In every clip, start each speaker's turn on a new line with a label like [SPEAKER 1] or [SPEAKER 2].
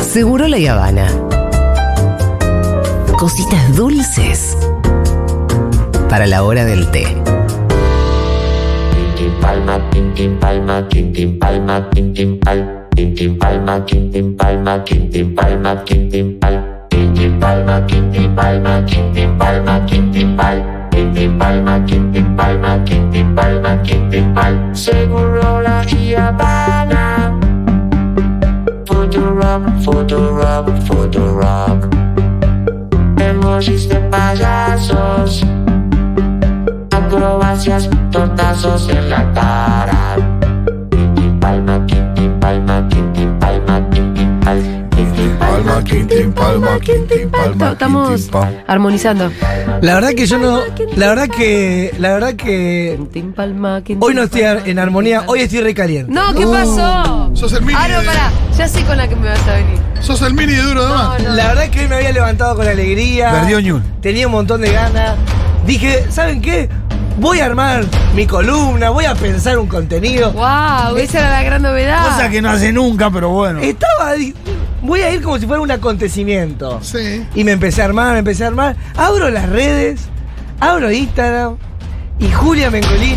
[SPEAKER 1] Seguro la Habana. Cositas dulces para la hora del té.
[SPEAKER 2] Tintin palma, tintin palma, tintin palma, tintin pal. Tintin palma, tintin palma, tintin palma, tintin pal. Tintin palma, tintin palma, tintin palma, tintin pal. Tintin palma, tintin palma, tintin palma, tintin pal. Seguro la Habana. Futurock, Futurock, Futurock. Emojis de payasos. Acrobacias, tortazos en la cara. Tintin palma, tintin palma, tintin palma, tintin pal. Tintin palma, tintin palma, tintin palma.
[SPEAKER 3] Estamos
[SPEAKER 2] tintin pam.
[SPEAKER 3] armonizando.
[SPEAKER 4] La verdad que yo no. La verdad que. La verdad que.
[SPEAKER 3] Quintín Palma, Quintín
[SPEAKER 4] Hoy no estoy
[SPEAKER 3] Palma,
[SPEAKER 4] en armonía,
[SPEAKER 3] Quintín
[SPEAKER 4] hoy estoy recaliente.
[SPEAKER 3] Palma. No, ¿qué pasó?
[SPEAKER 5] Sos el mini
[SPEAKER 3] Ah, no,
[SPEAKER 5] de-
[SPEAKER 3] pará. Ya sé con la que me vas a venir.
[SPEAKER 5] Sos el mini de duro de
[SPEAKER 3] No,
[SPEAKER 5] más.
[SPEAKER 3] no.
[SPEAKER 4] La verdad que hoy me había levantado con alegría.
[SPEAKER 5] Perdió Ñul.
[SPEAKER 4] Tenía un montón de ganas. Dije, ¿saben qué? Voy a armar mi columna, voy a pensar un contenido.
[SPEAKER 3] Wow, esa era la gran novedad.
[SPEAKER 6] Cosa que no hace nunca, pero bueno.
[SPEAKER 4] Estaba. di- Voy a ir como si fuera un acontecimiento.
[SPEAKER 5] Sí.
[SPEAKER 4] Y me empecé a armar, me empecé a armar. Abro las redes, abro Instagram y Julia Mengolini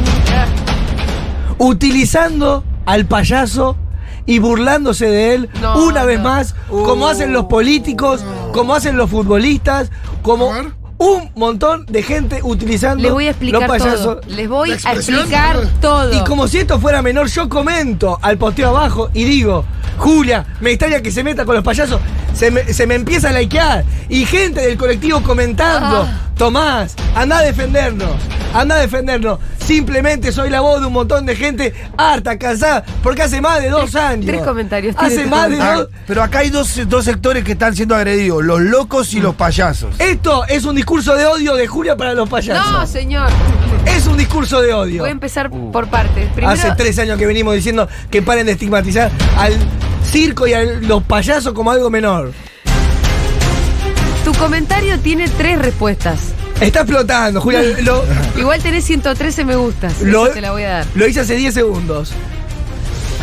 [SPEAKER 4] utilizando al payaso y burlándose de él
[SPEAKER 3] No,
[SPEAKER 4] una vez
[SPEAKER 3] no. Uh.
[SPEAKER 4] más, como hacen los políticos, como hacen los futbolistas, como
[SPEAKER 5] A ver.
[SPEAKER 4] un montón de gente utilizando
[SPEAKER 3] Les voy a
[SPEAKER 4] los
[SPEAKER 3] explicar
[SPEAKER 4] payasos.
[SPEAKER 3] todo. Les voy
[SPEAKER 5] ¿La
[SPEAKER 3] a
[SPEAKER 5] expresión?
[SPEAKER 3] explicar todo.
[SPEAKER 4] Y como si esto fuera menor, yo comento al posteo abajo y digo, Julia, me extraña que se meta con los payasos. Se me, se me empieza a likear. Y gente del colectivo comentando,
[SPEAKER 3] Ah.
[SPEAKER 4] Tomás, anda a defendernos, anda a defendernos. Simplemente soy la voz de un montón de gente harta, cansada, porque hace más de dos años.
[SPEAKER 3] tres comentarios tiene
[SPEAKER 4] Hace
[SPEAKER 3] este
[SPEAKER 4] más de
[SPEAKER 6] Ah,
[SPEAKER 4] dos...
[SPEAKER 6] pero acá hay dos, dos sectores que están siendo agredidos, los locos y los payasos.
[SPEAKER 4] Mm. Esto es un discurso de odio de Julia para los
[SPEAKER 3] No,
[SPEAKER 4] payasos.
[SPEAKER 3] señor.
[SPEAKER 4] es un discurso de odio.
[SPEAKER 3] Voy a empezar por partes. Primero,
[SPEAKER 4] Uh. Hace tres años que venimos diciendo que paren de estigmatizar al circo y a los payasos como algo menor.
[SPEAKER 3] tu comentario tiene tres respuestas.
[SPEAKER 4] Está explotando, Julia. Lo,
[SPEAKER 3] Igual tenés 113 me gustas.
[SPEAKER 4] lo-
[SPEAKER 3] Eso te la voy a dar.
[SPEAKER 4] lo hice hace 10 segundos.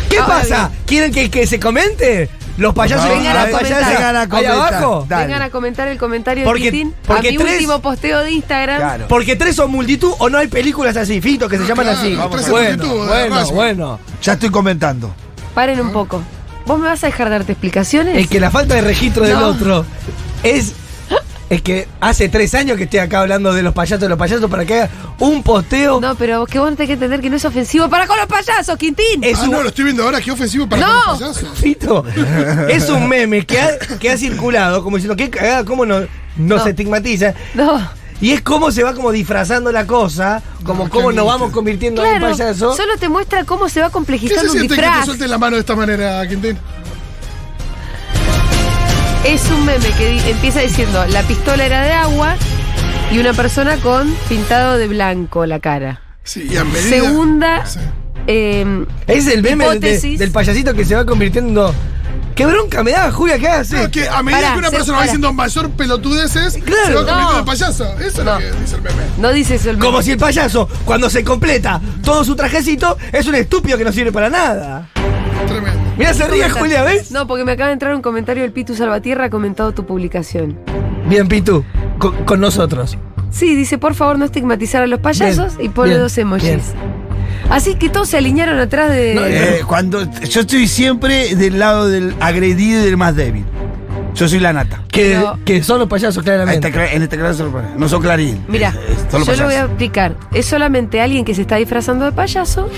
[SPEAKER 4] ¿Qué
[SPEAKER 3] Ahora
[SPEAKER 4] pasa? ¿Quieren que, que se comente? Los payasos
[SPEAKER 3] Vengan
[SPEAKER 4] las
[SPEAKER 3] a comentar.
[SPEAKER 4] payasas
[SPEAKER 6] Vengan a
[SPEAKER 4] ahí
[SPEAKER 6] comentar.
[SPEAKER 4] abajo.
[SPEAKER 6] Dale.
[SPEAKER 3] Vengan a comentar el comentario de
[SPEAKER 4] Porque-
[SPEAKER 3] Quintín
[SPEAKER 4] porque
[SPEAKER 3] a mi
[SPEAKER 4] tres-
[SPEAKER 3] último posteo de Instagram.
[SPEAKER 6] Claro.
[SPEAKER 4] Porque tres son multitud o no hay películas así, Fito, que se llaman
[SPEAKER 5] claro,
[SPEAKER 4] así.
[SPEAKER 5] vamos a
[SPEAKER 4] bueno,
[SPEAKER 5] multitud, de
[SPEAKER 4] bueno,
[SPEAKER 5] Racing.
[SPEAKER 4] bueno.
[SPEAKER 6] Ya estoy comentando.
[SPEAKER 5] Ah,
[SPEAKER 3] Paren un poco. ¿Vos me vas a dejar darte explicaciones?
[SPEAKER 4] Es que la falta de registro del
[SPEAKER 3] No.
[SPEAKER 4] otro es. Es que hace tres años que estoy acá hablando de los payasos, de los payasos, para que haga un posteo.
[SPEAKER 3] No, pero que vos tenés que entender que no es ofensivo para con los payasos, Quintín.
[SPEAKER 4] Es
[SPEAKER 5] Ah,
[SPEAKER 4] un
[SPEAKER 5] no, lo estoy viendo ahora, qué ofensivo para
[SPEAKER 3] No.
[SPEAKER 5] con los payasos.
[SPEAKER 4] Fito, es un meme que ha, que ha circulado, como diciendo, qué cagada, cómo no, nos
[SPEAKER 3] No.
[SPEAKER 4] estigmatiza.
[SPEAKER 3] No.
[SPEAKER 4] Y es como se va como disfrazando la cosa, como
[SPEAKER 5] No,
[SPEAKER 4] cómo
[SPEAKER 5] qué
[SPEAKER 4] nos
[SPEAKER 5] angustia.
[SPEAKER 4] vamos convirtiendo en
[SPEAKER 3] Claro,
[SPEAKER 4] payaso.
[SPEAKER 3] solo te muestra cómo se va
[SPEAKER 5] ¿Qué se
[SPEAKER 3] complejizando un
[SPEAKER 5] siente que te
[SPEAKER 3] disfraz.
[SPEAKER 5] suelten la mano de esta manera, Quintín?
[SPEAKER 3] Es un meme que di- empieza diciendo, la pistola era de agua y una persona con pintado de blanco la cara.
[SPEAKER 5] Sí, y a medida.
[SPEAKER 3] Segunda...
[SPEAKER 5] Sí.
[SPEAKER 3] eh,
[SPEAKER 4] Es el meme de-
[SPEAKER 3] Hipótesis.
[SPEAKER 4] del payasito que se va convirtiendo. ¡Qué bronca me da, Julia, qué haces?
[SPEAKER 5] No, que a medida
[SPEAKER 3] Pará,
[SPEAKER 5] que una
[SPEAKER 3] se-
[SPEAKER 5] persona va
[SPEAKER 3] pará.
[SPEAKER 5] diciendo mayor pelotudeces,
[SPEAKER 4] Claro.
[SPEAKER 5] se va convirtiendo
[SPEAKER 3] No.
[SPEAKER 5] en payaso. Eso
[SPEAKER 3] No.
[SPEAKER 5] es lo que dice el meme.
[SPEAKER 3] no dice eso el meme.
[SPEAKER 4] Como si el payaso, cuando se completa todo su trajecito, es un estúpido que no sirve para nada.
[SPEAKER 5] Tremendo.
[SPEAKER 4] Mira, se ríe Julia, ¿ves?
[SPEAKER 3] No, porque me acaba de entrar un comentario del Pitu Salvatierra ha comentado tu publicación.
[SPEAKER 4] Bien, Pitu, con, con nosotros.
[SPEAKER 3] Sí, dice, por favor no estigmatizar a los payasos
[SPEAKER 4] Bien,
[SPEAKER 3] y pone
[SPEAKER 4] bien,
[SPEAKER 3] dos emojis.
[SPEAKER 4] bien.
[SPEAKER 3] Así que todos se alinearon atrás de...
[SPEAKER 6] Eh, cuando, yo estoy siempre del lado del agredido y del más débil. Yo soy la nata.
[SPEAKER 4] Que,
[SPEAKER 3] Pero-
[SPEAKER 4] que son los payasos,
[SPEAKER 6] En
[SPEAKER 4] claramente.
[SPEAKER 6] este, cla- en este caso son los payasos. no son clarín.
[SPEAKER 3] Mira,
[SPEAKER 6] Eh, son los
[SPEAKER 3] yo lo voy a
[SPEAKER 6] payasos.
[SPEAKER 3] explicar. Es solamente alguien que se está disfrazando de payaso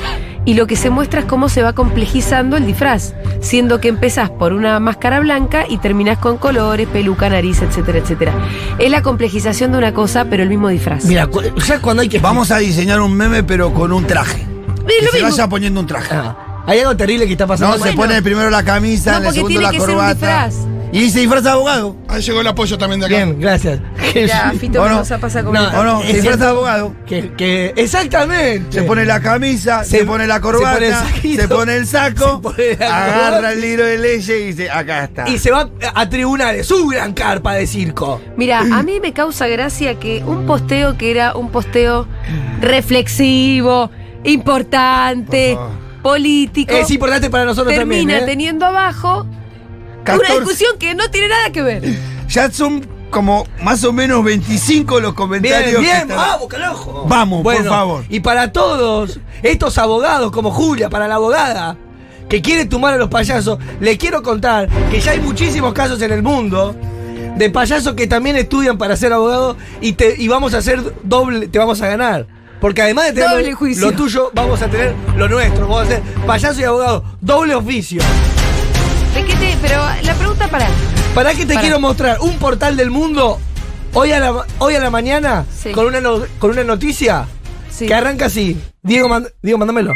[SPEAKER 3] y lo que se muestra es cómo se va complejizando el disfraz, siendo que empezás por una máscara blanca y terminás con colores, peluca, nariz, etcétera, etcétera. Es la complejización de una cosa, pero el mismo disfraz.
[SPEAKER 4] Mira, cu- ya cuando hay que
[SPEAKER 6] Vamos a diseñar un meme, pero con un traje.
[SPEAKER 3] Es
[SPEAKER 6] que
[SPEAKER 3] lo
[SPEAKER 6] se
[SPEAKER 3] mismo.
[SPEAKER 6] vaya poniendo un traje.
[SPEAKER 4] Ah, hay algo terrible que está
[SPEAKER 6] No,
[SPEAKER 4] pasando.
[SPEAKER 6] se pone primero la camisa,
[SPEAKER 3] No,
[SPEAKER 6] en el
[SPEAKER 3] porque
[SPEAKER 6] segundo
[SPEAKER 3] tiene
[SPEAKER 6] la
[SPEAKER 3] que ser un
[SPEAKER 6] corbata.
[SPEAKER 3] disfraz.
[SPEAKER 6] Y se disfraza de abogado.
[SPEAKER 5] Ahí llegó el apoyo también de acá.
[SPEAKER 4] Bien, gracias.
[SPEAKER 3] Ya, Fito,
[SPEAKER 6] Bueno,
[SPEAKER 3] ¿qué nos ha pasado con
[SPEAKER 4] no,
[SPEAKER 3] Fito?
[SPEAKER 6] ¿O no?
[SPEAKER 4] Es
[SPEAKER 6] Se disfraza de
[SPEAKER 4] cierto.
[SPEAKER 6] abogado.
[SPEAKER 4] Que, que- exactamente.
[SPEAKER 6] Se pone la camisa, se,
[SPEAKER 4] Se-
[SPEAKER 6] pone la
[SPEAKER 4] se pone el
[SPEAKER 6] corbata,
[SPEAKER 4] saquito,
[SPEAKER 6] se pone el
[SPEAKER 4] se
[SPEAKER 6] saco,
[SPEAKER 4] pone la
[SPEAKER 6] agarra
[SPEAKER 4] corbata.
[SPEAKER 6] el libro de leyes y dice, acá está.
[SPEAKER 4] Y se va a tribunales, su gran carpa de circo.
[SPEAKER 3] Mira, a mí me causa gracia que un posteo que era un posteo reflexivo, importante,
[SPEAKER 6] Por favor.
[SPEAKER 3] político,
[SPEAKER 4] Eh, Es importante para nosotros
[SPEAKER 3] termina
[SPEAKER 4] también. ¿eh?
[SPEAKER 3] teniendo abajo Una
[SPEAKER 6] 14.
[SPEAKER 3] discusión que no tiene nada que ver.
[SPEAKER 6] Ya son como más o menos 25 los comentarios.
[SPEAKER 4] Bien,
[SPEAKER 6] que
[SPEAKER 4] bien,
[SPEAKER 6] están-
[SPEAKER 4] vamos, carajo.
[SPEAKER 6] Vamos, por favor.
[SPEAKER 4] Y para todos estos abogados, como Julia, para la abogada, que quiere tumbar a los payasos, le quiero contar que ya hay muchísimos casos en el mundo de payasos que también estudian para ser abogados y, te, y vamos a hacer doble, te vamos a ganar. Porque además de tener
[SPEAKER 3] Doble
[SPEAKER 4] lo-
[SPEAKER 3] juicio.
[SPEAKER 4] lo tuyo, vamos a tener lo nuestro. Vamos a ser payaso y abogado, doble oficio.
[SPEAKER 3] ¿De qué te- Pero la pregunta para.
[SPEAKER 4] ¿Para qué te
[SPEAKER 3] Pará.
[SPEAKER 4] quiero mostrar? Un portal del mundo hoy a la, hoy a la mañana
[SPEAKER 3] Sí.
[SPEAKER 4] con, una no- con una noticia
[SPEAKER 3] Sí.
[SPEAKER 4] que arranca así. Diego, mand- Diego, mándamelo.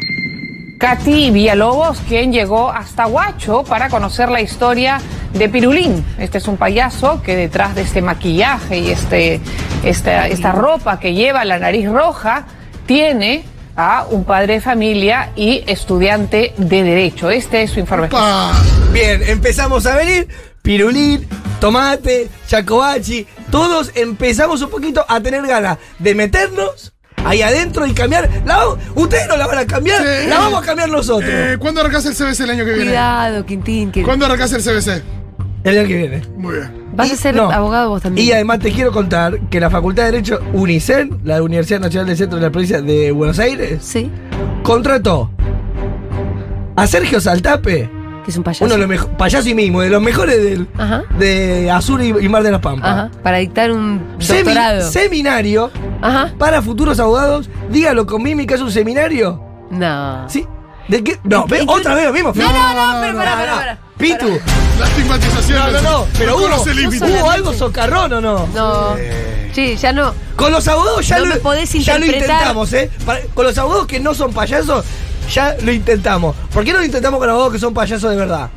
[SPEAKER 7] Katy Villalobos, quien llegó hasta Huacho para conocer la historia de Pirulín. Este es un payaso que detrás de este maquillaje y este, esta, esta ropa que lleva la nariz roja, tiene a un padre de familia y estudiante de Derecho. Este es su informe.
[SPEAKER 5] Pa.
[SPEAKER 4] Bien, empezamos a venir. Pirulín, tomate, chacobachi. Todos empezamos un poquito a tener ganas de meternos ahí adentro y cambiar. La va- ustedes no la van a cambiar,
[SPEAKER 5] Sí.
[SPEAKER 4] la vamos a cambiar nosotros.
[SPEAKER 5] Eh, ¿Cuándo arrancas el CBC el año que viene?
[SPEAKER 3] Cuidado, Quintín, que
[SPEAKER 5] ¿Cuándo arrancas el CBC?
[SPEAKER 4] El año que viene.
[SPEAKER 5] Muy bien.
[SPEAKER 3] vas a ser
[SPEAKER 4] No.
[SPEAKER 3] abogado vos también.
[SPEAKER 4] Y además te quiero contar que la Facultad de Derecho UNICEN, la Universidad Nacional del Centro de la Provincia de Buenos Aires,
[SPEAKER 3] Sí,
[SPEAKER 4] contrató a Sergio Saltape,
[SPEAKER 3] que es un payaso.
[SPEAKER 4] uno de los mejores, payaso y mismo, de los mejores del,
[SPEAKER 3] Ajá.
[SPEAKER 4] de Azul y, y Mar de las Pampas.
[SPEAKER 3] Ajá. Para dictar un
[SPEAKER 4] Semi-
[SPEAKER 3] doctorado.
[SPEAKER 4] seminario
[SPEAKER 3] Ajá.
[SPEAKER 4] para futuros abogados. Dígalo con mímica, es un seminario.
[SPEAKER 3] No.
[SPEAKER 4] ¿Sí? ¿De qué? No, ve-
[SPEAKER 3] ¿En qué-
[SPEAKER 4] otra vez lo mismo.
[SPEAKER 3] No, no, no, pero pará,
[SPEAKER 4] no,
[SPEAKER 3] pará,
[SPEAKER 4] no.
[SPEAKER 3] pará.
[SPEAKER 4] Pitu.
[SPEAKER 5] La estigmatización.
[SPEAKER 4] No, no, no. Pero
[SPEAKER 5] uno
[SPEAKER 4] hubo,
[SPEAKER 5] se limita.
[SPEAKER 4] hubo algo socarrón o no.
[SPEAKER 3] No. Sí, ya no.
[SPEAKER 4] Con los abogados ya,
[SPEAKER 3] No
[SPEAKER 4] lo,
[SPEAKER 3] me podés
[SPEAKER 4] ya lo
[SPEAKER 3] interpretar.
[SPEAKER 4] intentamos, ¿eh? Para- con los abogados que no son payasos, ya lo intentamos. ¿Por qué no lo intentamos con abogados que son payasos de verdad?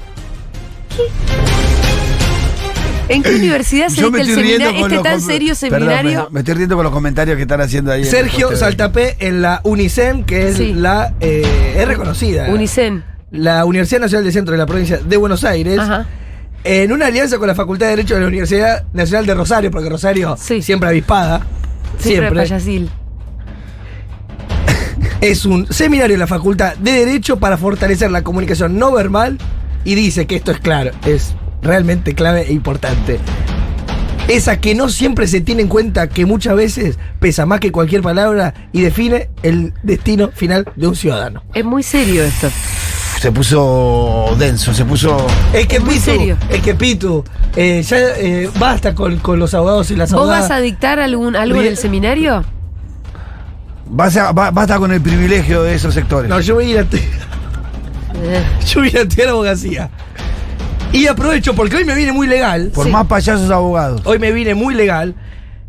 [SPEAKER 3] ¿En qué universidad se dedica el seminario? Este tan
[SPEAKER 6] com-
[SPEAKER 3] serio
[SPEAKER 6] Perdón,
[SPEAKER 3] seminario.
[SPEAKER 6] me, me estoy riendo con los comentarios que están haciendo ahí. en el
[SPEAKER 4] Sergio
[SPEAKER 6] posteo.
[SPEAKER 4] Saltapé en la UNICEN, que es
[SPEAKER 3] Sí.
[SPEAKER 4] la. eh, es reconocida.
[SPEAKER 3] Unicen.
[SPEAKER 4] La Universidad Nacional del Centro de la Provincia de Buenos Aires.
[SPEAKER 3] Ajá.
[SPEAKER 4] En una alianza con la Facultad de Derecho de la Universidad Nacional de Rosario, porque Rosario
[SPEAKER 3] Sí.
[SPEAKER 4] siempre avispada.
[SPEAKER 3] Siempre.
[SPEAKER 4] Siempre.
[SPEAKER 3] payasil.
[SPEAKER 4] es un seminario de la Facultad de Derecho para fortalecer la comunicación no verbal y dice que esto es claro, es realmente clave e importante. Esa que no siempre se tiene en cuenta, que muchas veces pesa más que cualquier palabra y define el destino final de un ciudadano.
[SPEAKER 3] Es muy serio esto.
[SPEAKER 6] Se puso denso, se puso.
[SPEAKER 4] Es que
[SPEAKER 3] Es muy
[SPEAKER 4] Pitu,
[SPEAKER 3] serio.
[SPEAKER 4] es que Pitu, eh, ya eh, basta con, con los abogados y las
[SPEAKER 3] ¿Vos vas
[SPEAKER 4] abogadas.
[SPEAKER 3] a dictar algún, algo en
[SPEAKER 4] Bien.
[SPEAKER 3] el seminario?
[SPEAKER 6] Vas a- va- basta con el privilegio de esos sectores.
[SPEAKER 4] No, yo voy a ir a, te-
[SPEAKER 3] Eh.
[SPEAKER 4] yo voy a ir a estudiar abogacía. Y aprovecho, porque hoy me viene muy legal.
[SPEAKER 6] Por
[SPEAKER 3] sí.
[SPEAKER 6] más payasos abogados.
[SPEAKER 4] Hoy me vine muy legal.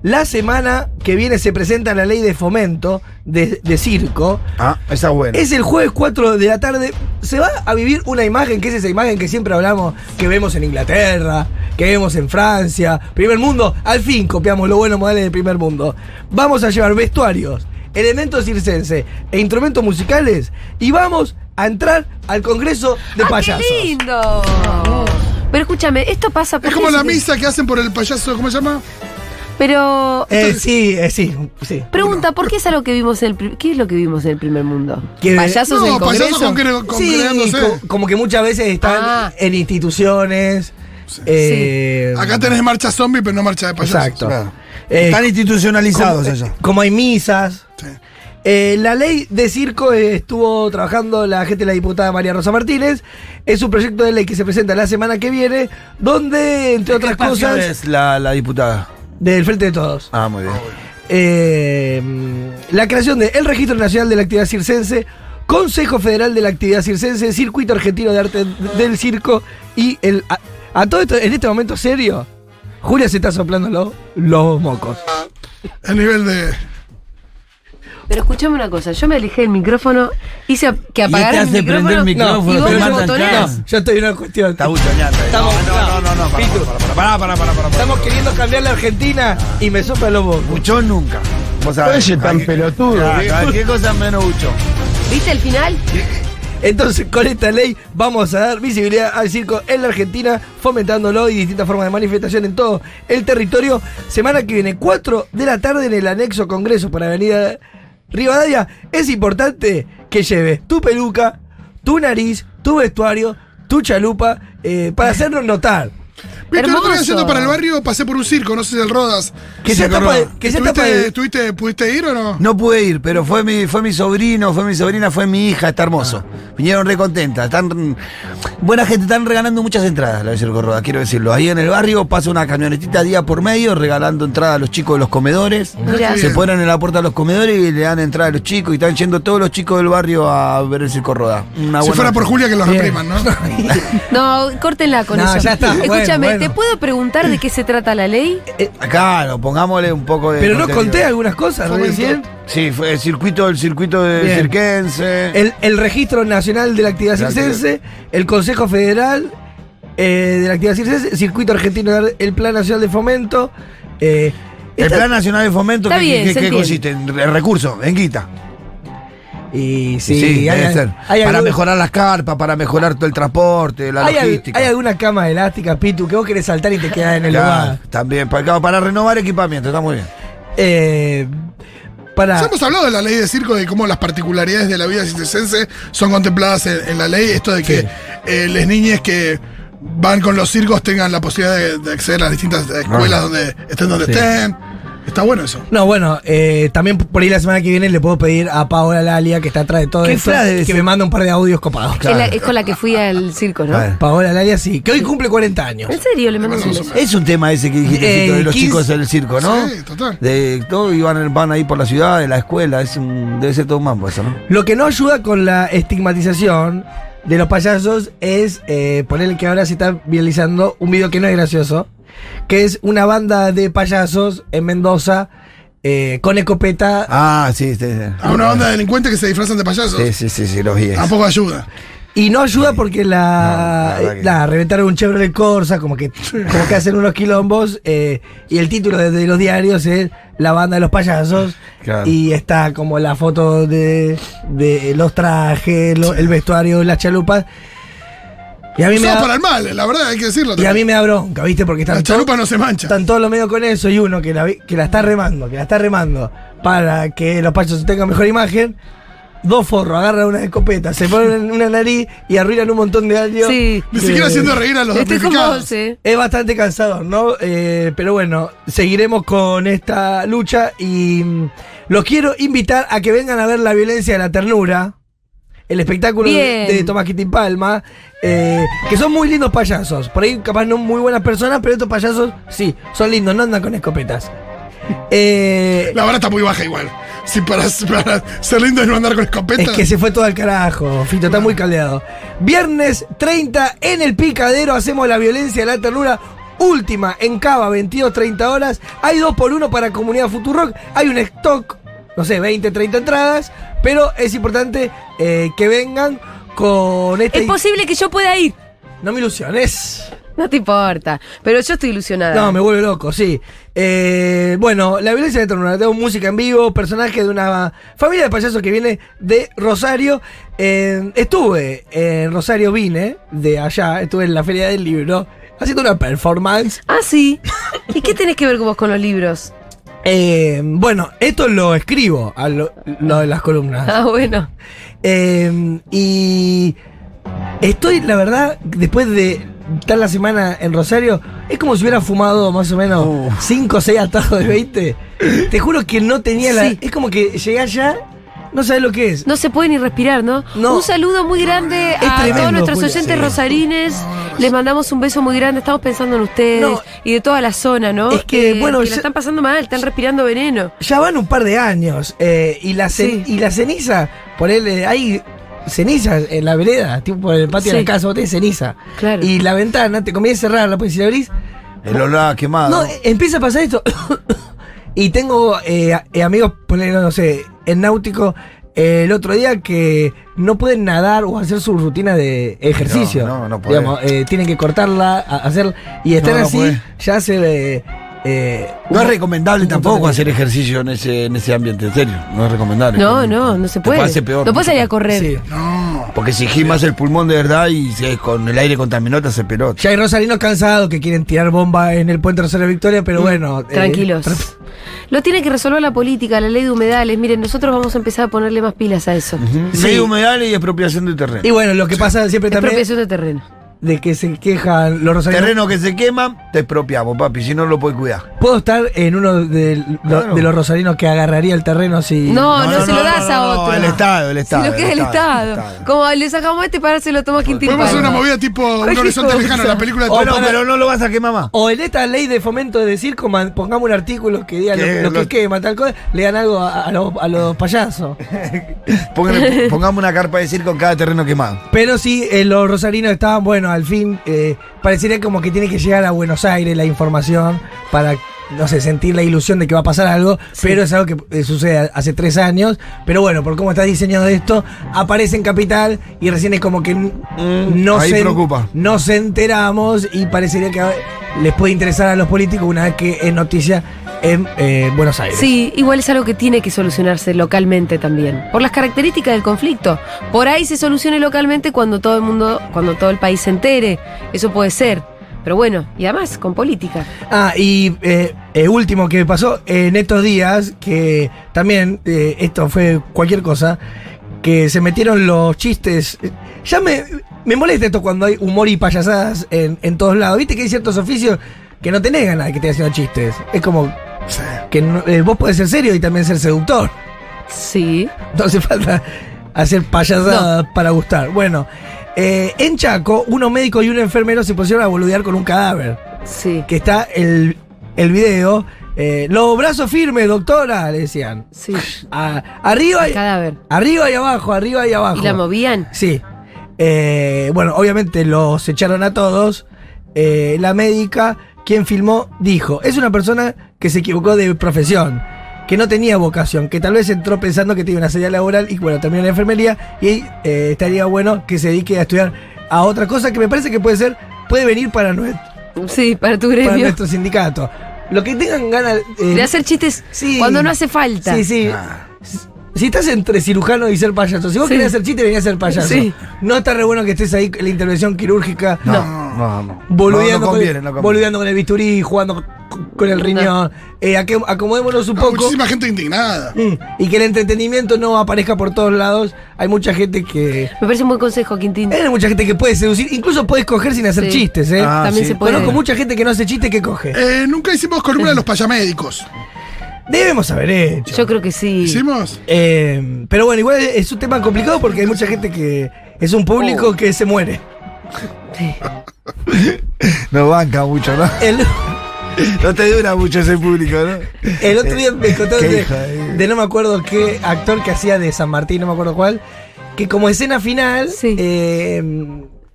[SPEAKER 4] La semana que viene se presenta la ley de fomento de, de circo.
[SPEAKER 6] Ah, esa buena.
[SPEAKER 4] Es el jueves 4 de la tarde. Se va a vivir una imagen, que es esa imagen que siempre hablamos, que vemos en Inglaterra, que vemos en Francia. Primer mundo, al fin copiamos los buenos modales del primer mundo. Vamos a llevar vestuarios, elementos circense e instrumentos musicales y vamos a entrar al Congreso de
[SPEAKER 3] ¡Ah,
[SPEAKER 4] Payasos.
[SPEAKER 3] ¡Qué lindo! Pero escúchame, esto pasa por.
[SPEAKER 5] Es como la misa que hacen por el payaso, ¿cómo se llama?
[SPEAKER 3] Pero.
[SPEAKER 4] Eh, sí, eh, sí, sí.
[SPEAKER 3] Pregunta, ¿por qué es algo que vimos en el pri- ¿Qué es lo que vimos en el primer mundo?
[SPEAKER 4] Que-
[SPEAKER 3] ¿Payasos
[SPEAKER 5] No,
[SPEAKER 3] en el
[SPEAKER 5] payasos
[SPEAKER 3] Congreso?
[SPEAKER 5] con cre- con
[SPEAKER 4] Sí,
[SPEAKER 5] creándose.
[SPEAKER 4] co- como que muchas veces están
[SPEAKER 3] Ah.
[SPEAKER 4] en instituciones. eh,
[SPEAKER 5] Acá tenés marcha zombie, pero no marcha de payaso.
[SPEAKER 4] Exacto.
[SPEAKER 6] Claro.
[SPEAKER 4] Eh,
[SPEAKER 6] Están
[SPEAKER 4] como,
[SPEAKER 6] institucionalizados
[SPEAKER 4] eh,
[SPEAKER 6] ellos.
[SPEAKER 4] como hay misas.
[SPEAKER 5] Sí.
[SPEAKER 4] Eh, la ley de circo eh, estuvo trabajando la gente, la diputada María Rosa Martínez. Es un proyecto de ley que se presenta la semana que viene, donde, entre otras cosas,
[SPEAKER 6] es la, la diputada?
[SPEAKER 4] del Frente de Todos.
[SPEAKER 6] Ah, muy bien.
[SPEAKER 4] Eh, la creación del Registro Nacional de la Actividad Circense, Consejo Federal de la Actividad Circense, Circuito Argentino de Arte del Circo y el... A, a todo esto, en este momento serio, Julia se está soplando lo- los mocos.
[SPEAKER 5] El nivel de.
[SPEAKER 3] Pero escúchame una cosa, yo me alejé del micrófono, hice a- que apagaran el
[SPEAKER 6] hace
[SPEAKER 3] micrófono,
[SPEAKER 6] prender el
[SPEAKER 4] micrófono,
[SPEAKER 3] y vos
[SPEAKER 6] te
[SPEAKER 3] me
[SPEAKER 6] mandan
[SPEAKER 3] botonás.
[SPEAKER 6] cagada.
[SPEAKER 4] No, yo estoy en una cuestión.
[SPEAKER 6] Está buchoneando ahí.
[SPEAKER 4] Estamos-
[SPEAKER 6] no, no, no, no, para,
[SPEAKER 4] Pitu.
[SPEAKER 6] para, para, para, para, para, para, para.
[SPEAKER 4] Estamos queriendo cambiar la Argentina y me soplan los mocos.
[SPEAKER 6] Buchón nunca. Vos sabés.
[SPEAKER 5] Oye, tan
[SPEAKER 6] Cualquier-
[SPEAKER 5] pelotudo,
[SPEAKER 6] Claro,
[SPEAKER 5] viejo.
[SPEAKER 6] Cualquier cosa menos buchón.
[SPEAKER 3] ¿Viste el final?
[SPEAKER 4] Entonces, con esta ley vamos a dar visibilidad al circo en la Argentina, fomentándolo y distintas formas de manifestación en todo el territorio. Semana que viene, 4 de la tarde en el anexo Congreso por Avenida Rivadavia. Es importante que lleves tu peluca, tu nariz, tu vestuario, tu tu chalupa eh, para hacernos notar.
[SPEAKER 5] Viste, el otro día
[SPEAKER 3] Hermoso.
[SPEAKER 5] yendo para el barrio, pasé por un circo, no sé si el Rodas.
[SPEAKER 4] Que
[SPEAKER 6] Sí,
[SPEAKER 4] ya está
[SPEAKER 6] perdón.
[SPEAKER 4] pa- que ya está pa-
[SPEAKER 5] ¿Estuviste, estuviste- ¿Pudiste ir o no?
[SPEAKER 6] No pude ir, pero fue mi, fue mi sobrino, fue mi sobrina, fue mi hija, está hermoso.
[SPEAKER 4] Ah.
[SPEAKER 6] Vinieron re contentas. Están, buena gente, están regalando muchas entradas, la de Circo Roda, quiero decirlo. Ahí en el barrio pasa una camionetita día por medio regalando entradas a los chicos de los comedores.
[SPEAKER 3] Mirá.
[SPEAKER 5] Qué
[SPEAKER 6] Se
[SPEAKER 5] bien.
[SPEAKER 6] ponen en la puerta de los comedores y le dan entrada a los chicos y están yendo todos los chicos del barrio a ver el Circo Roda. Una
[SPEAKER 5] Si
[SPEAKER 6] buena
[SPEAKER 5] fuera por
[SPEAKER 6] noche.
[SPEAKER 5] Julia que los
[SPEAKER 4] Bien.
[SPEAKER 5] repriman, ¿no?
[SPEAKER 3] No, córtenla con
[SPEAKER 4] No,
[SPEAKER 3] eso.
[SPEAKER 4] ya está, bueno,
[SPEAKER 3] Escúchame,
[SPEAKER 4] bueno.
[SPEAKER 3] ¿te puedo preguntar de qué se trata la ley?
[SPEAKER 6] Eh, Claro, pongámosle un poco de.
[SPEAKER 4] Pero no
[SPEAKER 6] contenido.
[SPEAKER 4] conté algunas cosas
[SPEAKER 5] Momento.
[SPEAKER 4] recién.
[SPEAKER 6] Sí, fue el circuito, el circuito de
[SPEAKER 4] Bien.
[SPEAKER 6] cirquense.
[SPEAKER 4] El, el Registro Nacional de la Actividad
[SPEAKER 6] La actividad.
[SPEAKER 4] Circense, el Consejo Federal eh, de la Actividad Circense, el Circuito Argentino, de Ar- el Plan Nacional de Fomento. eh,
[SPEAKER 6] El
[SPEAKER 4] esta-
[SPEAKER 6] Plan Nacional de Fomento,
[SPEAKER 3] Está
[SPEAKER 6] ¿qué-
[SPEAKER 3] bien,
[SPEAKER 6] qué-
[SPEAKER 3] se
[SPEAKER 6] qué
[SPEAKER 3] entiende.
[SPEAKER 6] consiste? En re- recursos, en guita.
[SPEAKER 4] Y sí,
[SPEAKER 6] Sí,
[SPEAKER 4] hay,
[SPEAKER 6] debe ser.
[SPEAKER 4] hay
[SPEAKER 6] para
[SPEAKER 4] algún-
[SPEAKER 6] mejorar las carpas, para mejorar todo el transporte, la
[SPEAKER 4] hay al-
[SPEAKER 6] logística.
[SPEAKER 4] hay alguna cama elástica, Pitu, que vos querés saltar y te quedás en el
[SPEAKER 6] Claro,
[SPEAKER 4] lugar.
[SPEAKER 6] También, para, claro, para renovar equipamiento, está muy bien.
[SPEAKER 4] Eh, para.
[SPEAKER 5] Ya hemos hablado de la ley de circo, de cómo las particularidades de la vida circense son contempladas en, en la ley. Esto de que eh, las niñas que van con los circos tengan la posibilidad de, de acceder a las distintas escuelas donde estén donde
[SPEAKER 4] Sí.
[SPEAKER 5] estén. Está bueno eso.
[SPEAKER 4] No, bueno, eh, también por ahí la semana que viene le puedo pedir a Paola Lalia, que está atrás de todo
[SPEAKER 6] ¿Qué
[SPEAKER 4] esto,
[SPEAKER 6] frase es?
[SPEAKER 4] que me manda un par de audios copados.
[SPEAKER 3] Es, la- es con la que fui al circo, ¿no?
[SPEAKER 6] A ver.
[SPEAKER 4] Paola Lalia, sí, que hoy cumple 40 años.
[SPEAKER 3] ¿En serio? Le mando un
[SPEAKER 5] Mandamos un
[SPEAKER 3] beso.
[SPEAKER 6] Es un tema ese que dijiste,
[SPEAKER 4] Eh,
[SPEAKER 6] Fito, de los
[SPEAKER 4] 15
[SPEAKER 6] chicos del circo, ¿no?
[SPEAKER 5] Sí, total.
[SPEAKER 6] De todo iban van ahí por la ciudad, de la escuela, es un, debe ser todo un mambo eso, ¿no?
[SPEAKER 4] Lo que no ayuda con la estigmatización de los payasos es eh, ponerle que ahora se está viralizando un video que no es gracioso, que es una banda de payasos en Mendoza eh, con escopeta.
[SPEAKER 6] Ah, sí, sí, sí.
[SPEAKER 5] A una banda de delincuentes que se disfrazan de payasos.
[SPEAKER 6] Sí, sí, sí, sí, los vi.
[SPEAKER 5] Tampoco ayuda.
[SPEAKER 4] Y no ayuda porque la,
[SPEAKER 6] No, la verdad que-
[SPEAKER 4] la reventaron un Chevrolet Corsa, como que, como que hacen unos quilombos. eh, y el título de, de los diarios es La banda de los payasos.
[SPEAKER 6] Claro.
[SPEAKER 4] Y está como la foto de, de los trajes, lo- el vestuario, las chalupas. Y a mí me
[SPEAKER 5] Usados
[SPEAKER 4] da,
[SPEAKER 5] para el mal, la verdad, hay que decirlo.
[SPEAKER 4] y a
[SPEAKER 5] también.
[SPEAKER 4] mí me da bronca, ¿viste? Porque
[SPEAKER 5] la
[SPEAKER 4] están, to-
[SPEAKER 5] chalupa no se mancha.
[SPEAKER 4] están todos los medios con eso y uno que la, vi- que la está remando, que la está remando para que los payasos tengan mejor imagen. Dos forros, agarran una escopeta, se ponen una nariz y arruinan un montón de años.
[SPEAKER 3] Sí.
[SPEAKER 5] Ni siquiera haciendo reír a los
[SPEAKER 4] este
[SPEAKER 3] Estoy con
[SPEAKER 5] damnificados.
[SPEAKER 3] vos, ¿eh?
[SPEAKER 4] Es bastante cansador, ¿no? Eh, pero bueno, seguiremos con esta lucha y mm, los quiero invitar a que vengan a ver La Violencia de la Ternura, el espectáculo de,
[SPEAKER 3] Bien.
[SPEAKER 4] de Tomás Quintín Palma, eh, que son muy lindos payasos. Por ahí capaz no muy buenas personas, pero estos payasos sí, son lindos, no andan con escopetas. Eh,
[SPEAKER 5] La vara está muy baja igual. Si para, para ser lindo es no andar con escopeta.
[SPEAKER 4] Es que se fue todo al carajo, Fito, está muy caldeado. Viernes 30 en el picadero hacemos la violencia de la ternura. Última en Cava, 22-30 horas. Hay dos por uno para Comunidad Futurock. Hay un stock, no sé, 20, 30 entradas. Pero es importante eh, que vengan con este.
[SPEAKER 3] Es posible que yo pueda ir.
[SPEAKER 4] No me ilusiones.
[SPEAKER 3] No te importa. Pero yo estoy ilusionada.
[SPEAKER 4] No, me vuelve loco, sí. Eh, bueno, la violencia de Ternura. Tengo música en vivo, personaje de una familia de payasos que viene de Rosario. Eh, estuve en Rosario, vine de allá, estuve en la Feria del Libro, haciendo una performance.
[SPEAKER 3] Ah, sí. ¿Y qué tenés que ver vos con los libros?
[SPEAKER 4] Eh, bueno, esto lo escribo, a lo, lo de las columnas.
[SPEAKER 3] Ah, bueno.
[SPEAKER 4] Eh, y estoy, la verdad, después de estar la semana en Rosario, es como si hubiera fumado más o menos
[SPEAKER 6] Uh.
[SPEAKER 4] 5 o 6 atados de 20. Te juro que no tenía la...
[SPEAKER 3] Sí.
[SPEAKER 4] Es como que llegué allá, no sabes lo que es.
[SPEAKER 3] No se puede ni respirar, ¿no?
[SPEAKER 4] No.
[SPEAKER 3] Un saludo muy grande
[SPEAKER 4] Es
[SPEAKER 3] a
[SPEAKER 4] tremendo,
[SPEAKER 3] todos nuestros
[SPEAKER 4] Julia,
[SPEAKER 3] oyentes
[SPEAKER 4] sí.
[SPEAKER 3] rosarines. Les mandamos un beso muy grande. Estamos pensando en ustedes
[SPEAKER 4] No.
[SPEAKER 3] y de toda la zona, ¿no?
[SPEAKER 4] Es que, bueno,
[SPEAKER 3] que la
[SPEAKER 4] ya-
[SPEAKER 3] están pasando mal, están respirando veneno.
[SPEAKER 4] Ya van un par de años eh, y, la ce-
[SPEAKER 3] Sí.
[SPEAKER 4] y la ceniza, ponele, hay cenizas en la vereda, tipo por el patio de
[SPEAKER 3] Sí.
[SPEAKER 4] la casa, vos tenés ceniza.
[SPEAKER 3] Claro.
[SPEAKER 4] Y la ventana, te comienza a cerrarla, pues si la abrís,
[SPEAKER 6] El olor a
[SPEAKER 4] No,
[SPEAKER 6] quemado.
[SPEAKER 4] eh, empieza a pasar esto. y tengo eh, a- eh, amigos, poner, no sé, en náutico eh, el otro día que no pueden nadar o hacer su rutina de ejercicio.
[SPEAKER 6] No, no, no podés.
[SPEAKER 4] Digamos, eh, tienen que cortarla, a- hacer y están
[SPEAKER 6] No, no
[SPEAKER 4] así,
[SPEAKER 6] podés.
[SPEAKER 4] ya se eh, eh,
[SPEAKER 6] No es
[SPEAKER 4] un-
[SPEAKER 6] recomendable
[SPEAKER 4] un montón
[SPEAKER 6] tampoco
[SPEAKER 4] de-
[SPEAKER 6] hacer ejercicio en ese, en ese ambiente, en serio. No es recomendable.
[SPEAKER 3] No, no, no se puede.
[SPEAKER 6] Te puede hacer peor.
[SPEAKER 3] no puedes salir a correr.
[SPEAKER 4] Sí.
[SPEAKER 5] No.
[SPEAKER 6] Porque si gimas el pulmón de verdad y se- con el aire contaminado te hace pelota.
[SPEAKER 4] Ya hay rosarinos cansados que quieren tirar bomba en el puente Rosario Victoria, pero bueno. eh,
[SPEAKER 3] Tranquilos.
[SPEAKER 4] tra-
[SPEAKER 3] Lo tiene que resolver la política, la ley de humedales. Miren, nosotros vamos a empezar a ponerle más pilas a eso.
[SPEAKER 6] Medio humedales y expropiación de terreno.
[SPEAKER 4] y bueno, lo que pasa siempre también.
[SPEAKER 3] Expropiación de terreno.
[SPEAKER 4] de que se quejan los rosarinos.
[SPEAKER 6] Terreno que se quema, te expropiamos, papi, si no lo puedes cuidar.
[SPEAKER 4] Puedo estar en uno de, lo-
[SPEAKER 6] Claro.
[SPEAKER 4] de los rosarinos que agarraría el terreno si.
[SPEAKER 3] No, no, se lo das a otro.
[SPEAKER 6] el Estado, el Estado.
[SPEAKER 3] Si lo que es el Estado. Como le sacamos este para se lo toma Quintín
[SPEAKER 5] Podemos hacer una
[SPEAKER 3] Palma.
[SPEAKER 5] movida tipo Un
[SPEAKER 3] Cualquier
[SPEAKER 5] Horizonte
[SPEAKER 3] cosa.
[SPEAKER 5] Lejano, la película de
[SPEAKER 4] O
[SPEAKER 5] Tom
[SPEAKER 6] no,
[SPEAKER 5] Hanks.
[SPEAKER 6] Oh, pero no lo vas a quemar más.
[SPEAKER 4] O en esta ley de fomento de circo, man- pongamos un artículo que diga
[SPEAKER 6] Que
[SPEAKER 4] lo, lo
[SPEAKER 6] lo-
[SPEAKER 4] que quema, tal cosa, le dan algo a, a los, a los payasos.
[SPEAKER 6] Póngale- pongamos una carpa de circo en cada terreno quemado.
[SPEAKER 4] Pero sí, eh, los rosarinos estaban, bueno, al fin, eh, parecería como que tiene que llegar a Buenos Aires la información para, no sé, sentir la ilusión de que va a pasar algo, pero es algo que eh, sucede hace tres años. Pero bueno, por cómo está diseñado esto, aparece en Capital y recién es como que n- no
[SPEAKER 6] Mm, ahí
[SPEAKER 4] se,
[SPEAKER 6] preocupa.
[SPEAKER 4] no se enteramos y parecería que eh, les puede interesar a los políticos una vez que es noticia en eh, Buenos Aires.
[SPEAKER 3] Sí, igual es algo que tiene que solucionarse localmente también, por las características del conflicto. Por ahí se solucione localmente cuando todo el mundo, cuando todo el país se entere. Eso puede ser. Pero bueno, y además con política.
[SPEAKER 4] Ah, y eh, eh, último que pasó eh, en estos días, que también eh, esto fue cualquier cosa, que se metieron los chistes. Ya me, me molesta esto cuando hay humor y payasadas en, en todos lados. Viste que hay ciertos oficios que no tenés ganas de que te haciendo chistes. Es como que no- eh, vos podés ser serio y también ser seductor.
[SPEAKER 3] Sí.
[SPEAKER 4] No hace falta hacer payasadas para gustar. Bueno, eh, en Chaco, unos médicos y un enfermero se pusieron a boludear con un cadáver
[SPEAKER 3] Sí.
[SPEAKER 4] que está el, el video. eh, los brazos firmes, doctora, le decían.
[SPEAKER 3] Sí.
[SPEAKER 4] A- arriba,
[SPEAKER 3] El
[SPEAKER 4] y,
[SPEAKER 3] cadáver.
[SPEAKER 4] arriba y abajo, arriba y abajo.
[SPEAKER 3] ¿Y la movían?
[SPEAKER 4] Sí. Eh, bueno, obviamente los echaron a todos. Eh, la médica, quien filmó, dijo, es una persona que se equivocó de profesión, que no tenía vocación, que tal vez entró pensando que tenía una salida laboral y bueno, terminó en la enfermería y eh, estaría bueno que se dedique a estudiar a otra cosa que me parece que puede ser, puede venir para, nuestro,
[SPEAKER 3] Sí, para tu
[SPEAKER 4] para
[SPEAKER 3] gremio.
[SPEAKER 4] nuestro sindicato. Lo que tengan ganas... eh,
[SPEAKER 3] De hacer chistes
[SPEAKER 4] Sí.
[SPEAKER 3] cuando no hace falta.
[SPEAKER 4] Sí, sí.
[SPEAKER 6] Ah.
[SPEAKER 4] Si estás entre cirujano y ser payaso, si vos
[SPEAKER 3] Sí.
[SPEAKER 4] querés hacer chiste, venía a ser payaso.
[SPEAKER 3] Sí.
[SPEAKER 4] No está re bueno que estés ahí en la intervención quirúrgica.
[SPEAKER 6] no, no.
[SPEAKER 4] Boludeando, con,
[SPEAKER 6] No, no conviene, no
[SPEAKER 4] el,
[SPEAKER 6] conviene.
[SPEAKER 4] boludeando con el bisturí, jugando con- con el riñón. Eh, a que- acomodémonos un
[SPEAKER 5] Ah,
[SPEAKER 4] poco.
[SPEAKER 5] Muchísima gente indignada.
[SPEAKER 4] Mm, Y que el entretenimiento no aparezca por todos lados. Hay mucha gente que.
[SPEAKER 3] Me parece un buen consejo, Quintín.
[SPEAKER 4] Hay mucha gente que puede seducir. Incluso puedes coger sin hacer
[SPEAKER 3] Sí.
[SPEAKER 4] chistes, ¿eh?
[SPEAKER 6] Ah,
[SPEAKER 3] También
[SPEAKER 6] sí.
[SPEAKER 3] se puede.
[SPEAKER 4] Conozco mucha gente que no hace chistes que coge.
[SPEAKER 5] Eh, nunca hicimos columna de los payamédicos.
[SPEAKER 4] Debemos haber hecho.
[SPEAKER 3] Yo creo que sí.
[SPEAKER 5] ¿Hicimos?
[SPEAKER 4] Eh, pero bueno, igual es un tema complicado porque hay mucha gente que es un público
[SPEAKER 6] Oh.
[SPEAKER 4] que se muere.
[SPEAKER 6] No banca mucho, ¿no?
[SPEAKER 4] El,
[SPEAKER 6] No te dura mucho ese público, ¿no? Eh,
[SPEAKER 4] el otro día me contaron
[SPEAKER 6] Qué
[SPEAKER 4] de,
[SPEAKER 6] hija de-
[SPEAKER 4] de no me acuerdo qué actor que hacía de San Martín, no me acuerdo cuál, que como escena final
[SPEAKER 3] Sí.
[SPEAKER 4] eh,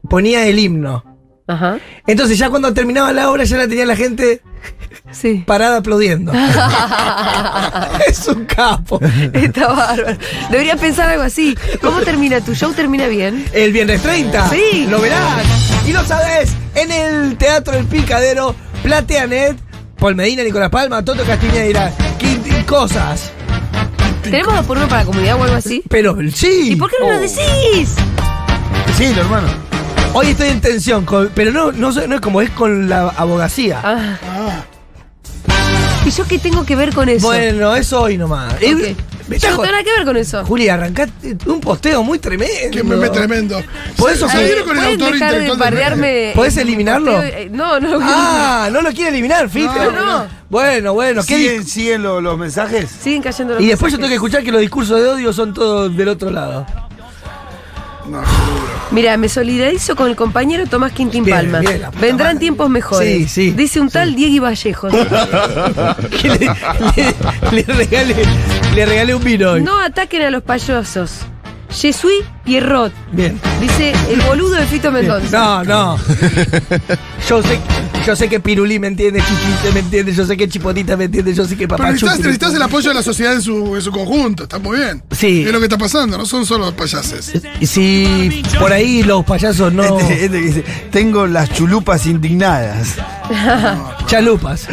[SPEAKER 4] ponía el himno.
[SPEAKER 3] Ajá.
[SPEAKER 4] Entonces ya cuando terminaba la obra ya la tenía la gente
[SPEAKER 3] Sí.
[SPEAKER 4] parada aplaudiendo. es un capo.
[SPEAKER 3] Está bárbaro. Debería pensar algo así. ¿Cómo termina? ¿Tu show termina bien?
[SPEAKER 4] El viernes 30.
[SPEAKER 3] Sí.
[SPEAKER 4] Lo verán. Y lo sabes, en el Teatro El Picadero, Plateanet, Paul Medina, Nicolás Palma, Toto Castiñeira, Quintín Cosas.
[SPEAKER 3] ¿Tenemos dos por uno para la comunidad o algo así?
[SPEAKER 4] Pero sí. Oh.
[SPEAKER 3] ¿Y por qué no lo decís?
[SPEAKER 6] Sí, lo hermano.
[SPEAKER 4] Hoy estoy en tensión, con- pero no, no, sé- no es como es con la abogacía.
[SPEAKER 3] Ah. ¿Y yo qué tengo que ver con eso?
[SPEAKER 4] bueno, es hoy nomás.
[SPEAKER 3] Ok.
[SPEAKER 4] Eh, me
[SPEAKER 3] Yo
[SPEAKER 4] está
[SPEAKER 3] no
[SPEAKER 4] jod-
[SPEAKER 3] tengo nada que ver con eso.
[SPEAKER 4] Juli, arrancaste un posteo muy tremendo.
[SPEAKER 5] Qué meme tremendo.
[SPEAKER 4] Por eso
[SPEAKER 5] Se- se
[SPEAKER 4] fue-
[SPEAKER 5] vieron con el
[SPEAKER 3] ¿Pueden
[SPEAKER 5] autor
[SPEAKER 3] dejar de
[SPEAKER 5] intelectual del meme.
[SPEAKER 3] bardearme?
[SPEAKER 4] ¿Podés
[SPEAKER 3] en mi
[SPEAKER 4] eliminarlo?
[SPEAKER 3] posteo? Eh, No, no.
[SPEAKER 4] Ah, no lo quiere eliminar, Fito.
[SPEAKER 3] no.
[SPEAKER 4] Bueno, bueno, qué
[SPEAKER 6] ¿Siguen, siguen lo- los mensajes?
[SPEAKER 3] Siguen cayendo los
[SPEAKER 4] Y después yo tengo que
[SPEAKER 3] mensajes.
[SPEAKER 4] escuchar que los discursos de odio son todos del otro lado.
[SPEAKER 3] Mira, me solidarizo con el compañero Tomás Quintín
[SPEAKER 4] Bien,
[SPEAKER 3] Palma.
[SPEAKER 4] bien, la puta
[SPEAKER 3] Vendrán
[SPEAKER 4] madre.
[SPEAKER 3] tiempos mejores.
[SPEAKER 4] Sí, sí,
[SPEAKER 3] Dice un tal Diego y Vallejos.
[SPEAKER 4] Que le, le- le regalé, le regalé un vino hoy.
[SPEAKER 3] no ataquen a los payosos. Jesui Pierrot.
[SPEAKER 4] Bien.
[SPEAKER 3] Dice el boludo de Fito Mendonza.
[SPEAKER 4] No, no. Yo sé, yo sé que Pirulí me entiende, Chichita me entiende, yo sé que Chipotita me entiende, yo sé que
[SPEAKER 5] Pero
[SPEAKER 4] Papachuti.
[SPEAKER 5] necesitas,
[SPEAKER 4] me
[SPEAKER 5] necesitas el
[SPEAKER 4] entiende.
[SPEAKER 5] apoyo de la sociedad en su, en su conjunto, está muy bien.
[SPEAKER 4] Sí.
[SPEAKER 5] Es lo que está pasando, no son solo los payases.
[SPEAKER 4] Si por ahí los payasos no.
[SPEAKER 6] Este, este que dice, tengo las chulupas indignadas.
[SPEAKER 4] Chalupas.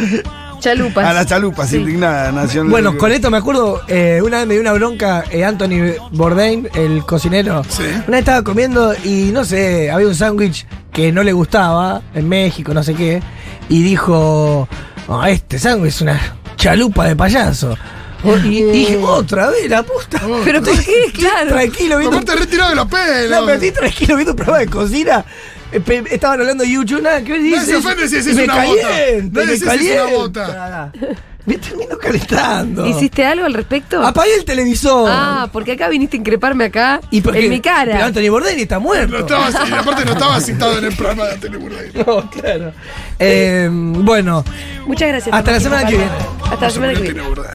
[SPEAKER 3] Chalupas.
[SPEAKER 6] A las chalupas
[SPEAKER 3] Pues, Sí.
[SPEAKER 6] indignadas, Nación.
[SPEAKER 4] Bueno, con esto me acuerdo, eh, una vez me dio una bronca eh, Anthony Bourdain, el cocinero.
[SPEAKER 5] Sí.
[SPEAKER 4] Una vez estaba comiendo y no sé, había un sándwich que no le gustaba en México, no sé qué. Y dijo, "Ah, este sándwich es una chalupa de payaso. Y dije, otra vez, la puta.
[SPEAKER 3] Ah. ¿Pero por qué? Claro.
[SPEAKER 4] Tranquilo, viendo,
[SPEAKER 5] Aparte, retirado de la
[SPEAKER 4] no, pero
[SPEAKER 5] pela.
[SPEAKER 4] estoy tranquilo viendo un programa de cocina eh, pe- estaban hablando de YouTube, nada que ver,
[SPEAKER 5] Nadie
[SPEAKER 4] dice-
[SPEAKER 5] se ofende si decís
[SPEAKER 4] me
[SPEAKER 5] una bota.
[SPEAKER 4] calienta,
[SPEAKER 5] Nadie
[SPEAKER 4] me
[SPEAKER 5] se dice una
[SPEAKER 4] calienta.
[SPEAKER 5] bota.
[SPEAKER 4] Me termino calentando.
[SPEAKER 3] ¿Hiciste algo al respecto?
[SPEAKER 4] Apagué el televisor.
[SPEAKER 3] Ah, porque acá viniste a increparme acá
[SPEAKER 4] ¿Y por qué?
[SPEAKER 3] en mi cara.
[SPEAKER 4] Pero Anthony Bourdain está muerto.
[SPEAKER 5] No estabas, y aparte no estaba citado en el programa de Antonio Bourdain.
[SPEAKER 4] No, claro. Eh, bueno,
[SPEAKER 3] Muchas gracias.
[SPEAKER 4] Hasta la
[SPEAKER 3] Martín
[SPEAKER 4] semana que
[SPEAKER 3] Palma.
[SPEAKER 4] viene.
[SPEAKER 3] Hasta la semana que viene.
[SPEAKER 5] Antonio Bourdain.